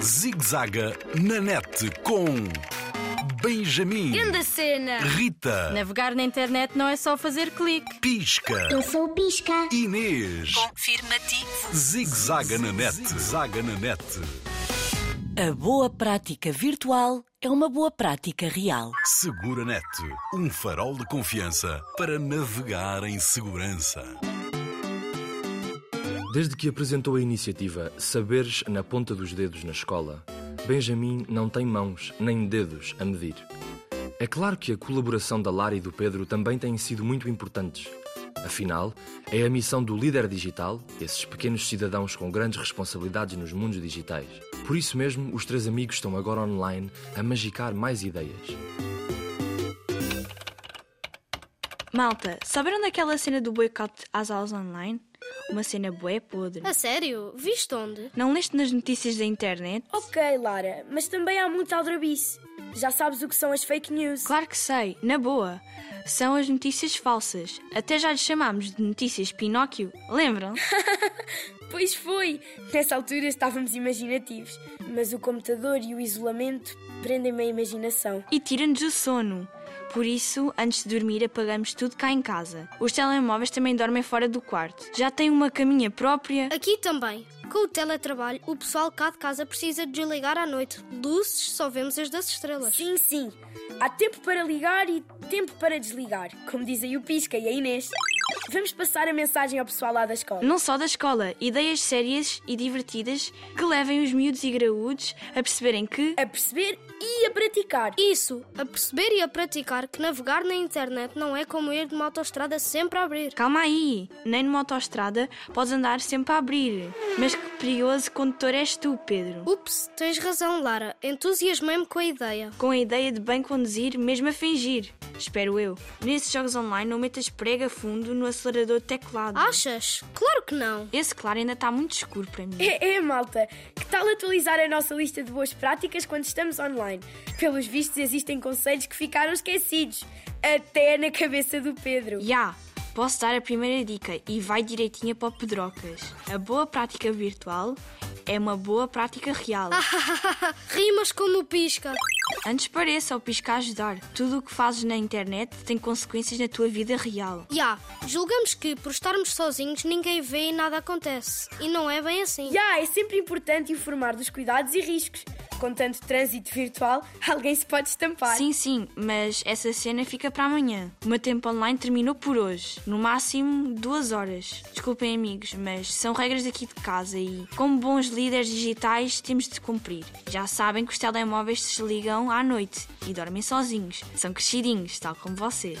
Zigzaga na net com Benjamin, Grande cena! Rita, Navegar na internet não é só fazer clique. Pisca, Eu sou o Pisca. Inês. Confirmativo. Zigzaga na net, zaga na net. A boa prática virtual é uma boa prática real. Segura Net, um farol de confiança para navegar em segurança. Desde que apresentou a iniciativa Saberes na Ponta dos Dedos na Escola, Benjamin não tem mãos nem dedos a medir. É claro que a colaboração da Lara e do Pedro também têm sido muito importantes. Afinal, é a missão do líder digital, esses pequenos cidadãos com grandes responsabilidades nos mundos digitais. Por isso mesmo, os três amigos estão agora online a magicar mais ideias. Malta, saberam daquela cena do boicote às aulas online? Uma cena bué podre. A sério? Viste onde? Não leste nas notícias da internet? Ok, Lara, mas também há muito aldrabice. Já sabes o que são as fake news. Claro que sei, na boa. São as notícias falsas. Até já lhes chamámos de notícias Pinóquio. Lembram? Pois foi! Nessa altura estávamos imaginativos, mas o computador e o isolamento prendem-me a imaginação. E tira-nos o sono. Por isso, antes de dormir, apagamos tudo cá em casa. Os telemóveis também dormem fora do quarto. Já têm uma caminha própria. Aqui também. Com o teletrabalho, o pessoal cá de casa precisa desligar à noite. Luzes, só vemos as das estrelas. Sim, sim, há tempo para ligar e tempo para desligar, como dizem o Pisca e a Inês. Vamos passar a mensagem ao pessoal lá da escola. Não só da escola, ideias sérias e divertidas que levem os miúdos e graúdos a perceberem que A perceber e a praticar. Isso, a perceber e a praticar que navegar na internet não é como ir de uma autoestrada sempre a abrir. Calma aí, nem numa autoestrada podes andar sempre a abrir. Mas que perigoso condutor és tu, Pedro. Ups, tens razão, Lara. Entusiasmei-me com a ideia. Com a ideia de bem conduzir, mesmo a fingir. Espero eu. Nesses jogos online não metas prega fundo no acelerador de teclado. Achas? Claro que não. Esse claro ainda está muito escuro para mim. É, é, malta, que tal atualizar a nossa lista de boas práticas quando estamos online? Pelos vistos, existem conselhos que ficaram esquecidos, até na cabeça do Pedro. Já, posso dar a primeira dica e vai direitinho para o Pedrocas. A boa prática virtual é uma boa prática real. Rimas como pisca. Antes pareça o piscar ajudar. Tudo o que fazes na internet tem consequências na tua vida real. Já, julgamos que por estarmos sozinhos ninguém vê e nada acontece. E não é bem assim. Já, é sempre importante informar dos cuidados e riscos. Com tanto trânsito virtual, alguém se pode estampar. Sim, sim, mas essa cena fica para amanhã. O meu tempo online terminou por hoje. No máximo duas horas. Desculpem, amigos, mas são regras daqui de casa e, como bons líderes digitais, temos de cumprir. Já sabem que os telemóveis se desligam à noite e dormem sozinhos. São crescidinhos, tal como vocês.